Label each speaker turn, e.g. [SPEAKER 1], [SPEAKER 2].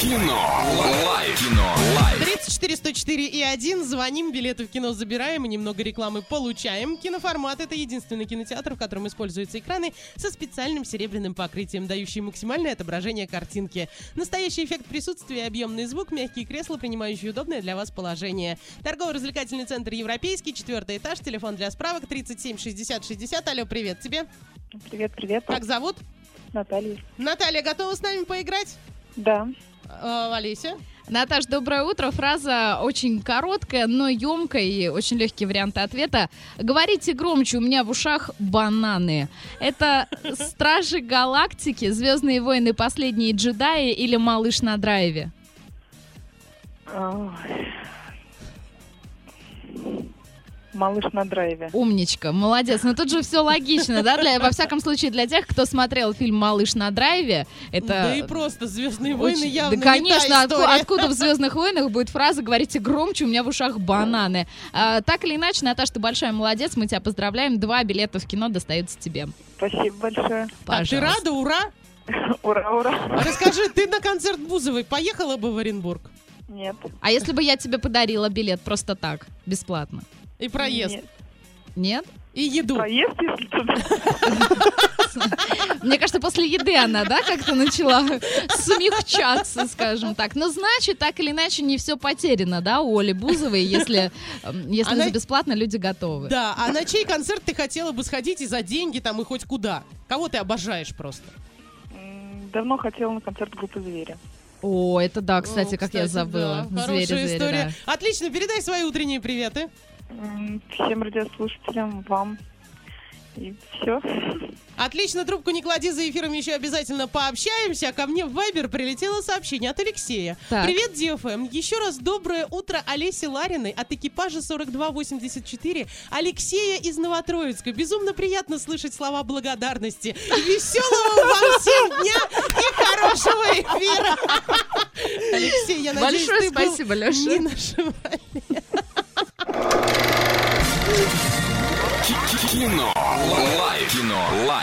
[SPEAKER 1] Кино. Лайф. Кино. Лайф.
[SPEAKER 2] 34 104 и 1. Звоним, билеты в кино забираем и немного рекламы получаем. Киноформат — это единственный кинотеатр, в котором используются экраны со специальным серебряным покрытием, дающие максимальное отображение картинки. Настоящий эффект присутствия, объемный звук, мягкие кресла, принимающие удобное для вас положение. Торгово-развлекательный центр «Европейский», четвертый этаж, телефон для справок 37 60 60. Алло, привет тебе.
[SPEAKER 3] Привет, привет.
[SPEAKER 2] Как зовут?
[SPEAKER 3] Наталья.
[SPEAKER 2] Наталья, готова с нами поиграть?
[SPEAKER 3] Да.
[SPEAKER 2] Э, Олеся?
[SPEAKER 4] Наташ, доброе утро. Фраза очень короткая, но емкая и очень легкий вариант ответа. Говорите громче, у меня в ушах бананы. Это Стражи Галактики, Звездные войны, Последние джедаи или Малыш на драйве?
[SPEAKER 3] А. Малыш на драйве.
[SPEAKER 4] Умничка, молодец. Но тут же все логично, да? Для, во всяком случае, для тех, кто смотрел фильм «Малыш на драйве», это...
[SPEAKER 2] Да и просто «Звездные войны»
[SPEAKER 4] очень-
[SPEAKER 2] явно
[SPEAKER 4] Да,
[SPEAKER 2] не
[SPEAKER 4] конечно,
[SPEAKER 2] та
[SPEAKER 4] отку-
[SPEAKER 2] история.
[SPEAKER 4] откуда в Звездных войнах будет фраза «Говорите громче, у меня в ушах бананы». А, так или иначе, Наташа, ты большая молодец, мы тебя поздравляем. Два билета в кино достаются тебе.
[SPEAKER 3] Спасибо большое.
[SPEAKER 2] Так, ты
[SPEAKER 4] Пожалуйста.
[SPEAKER 2] рада? Ура!
[SPEAKER 3] Ура, ура.
[SPEAKER 2] Расскажи, ты на концерт Бузовой поехала бы в Оренбург?
[SPEAKER 3] Нет.
[SPEAKER 4] А если бы я тебе подарила билет просто так, бесплатно?
[SPEAKER 2] И проезд,
[SPEAKER 3] Нет.
[SPEAKER 4] Нет?
[SPEAKER 2] и еду.
[SPEAKER 3] Проезд, если туда.
[SPEAKER 4] Мне кажется, после еды она, да, как-то начала смягчаться, скажем так. Но значит, так или иначе, не все потеряно, да, у Оли Бузовой, если, эм, если
[SPEAKER 2] Она-
[SPEAKER 4] за бесплатно люди готовы.
[SPEAKER 2] Да, а на чей концерт ты хотела бы сходить и за деньги там и хоть куда? Кого ты обожаешь просто?
[SPEAKER 3] М, Давно хотела на концерт группы «Звери».
[SPEAKER 4] О, это да, А, кстати,
[SPEAKER 2] О,
[SPEAKER 4] как я забыла.
[SPEAKER 2] да,
[SPEAKER 4] звери,
[SPEAKER 2] хорошая
[SPEAKER 4] звери,
[SPEAKER 2] история.
[SPEAKER 4] да.
[SPEAKER 2] Отлично, передай свои утренние приветы.
[SPEAKER 3] М, Всем радиослушателям, вам. И все.
[SPEAKER 2] Отлично, трубку не клади, за эфиром еще обязательно пообщаемся. А Ко мне в Вайбер прилетело сообщение от Алексея.
[SPEAKER 4] Так.
[SPEAKER 2] Привет, ДФМ. Еще раз доброе утро Олесе Лариной от экипажа 4284 Алексея из Новотроицка. Безумно приятно слышать слова благодарности. Веселого вам всем дня и хорошего эфира. Алексей, я надеюсь,
[SPEAKER 4] Большое
[SPEAKER 2] ты был
[SPEAKER 4] спасибо, Леша.
[SPEAKER 2] не нашим.
[SPEAKER 1] Кино. Лайф. Кино. Лайф.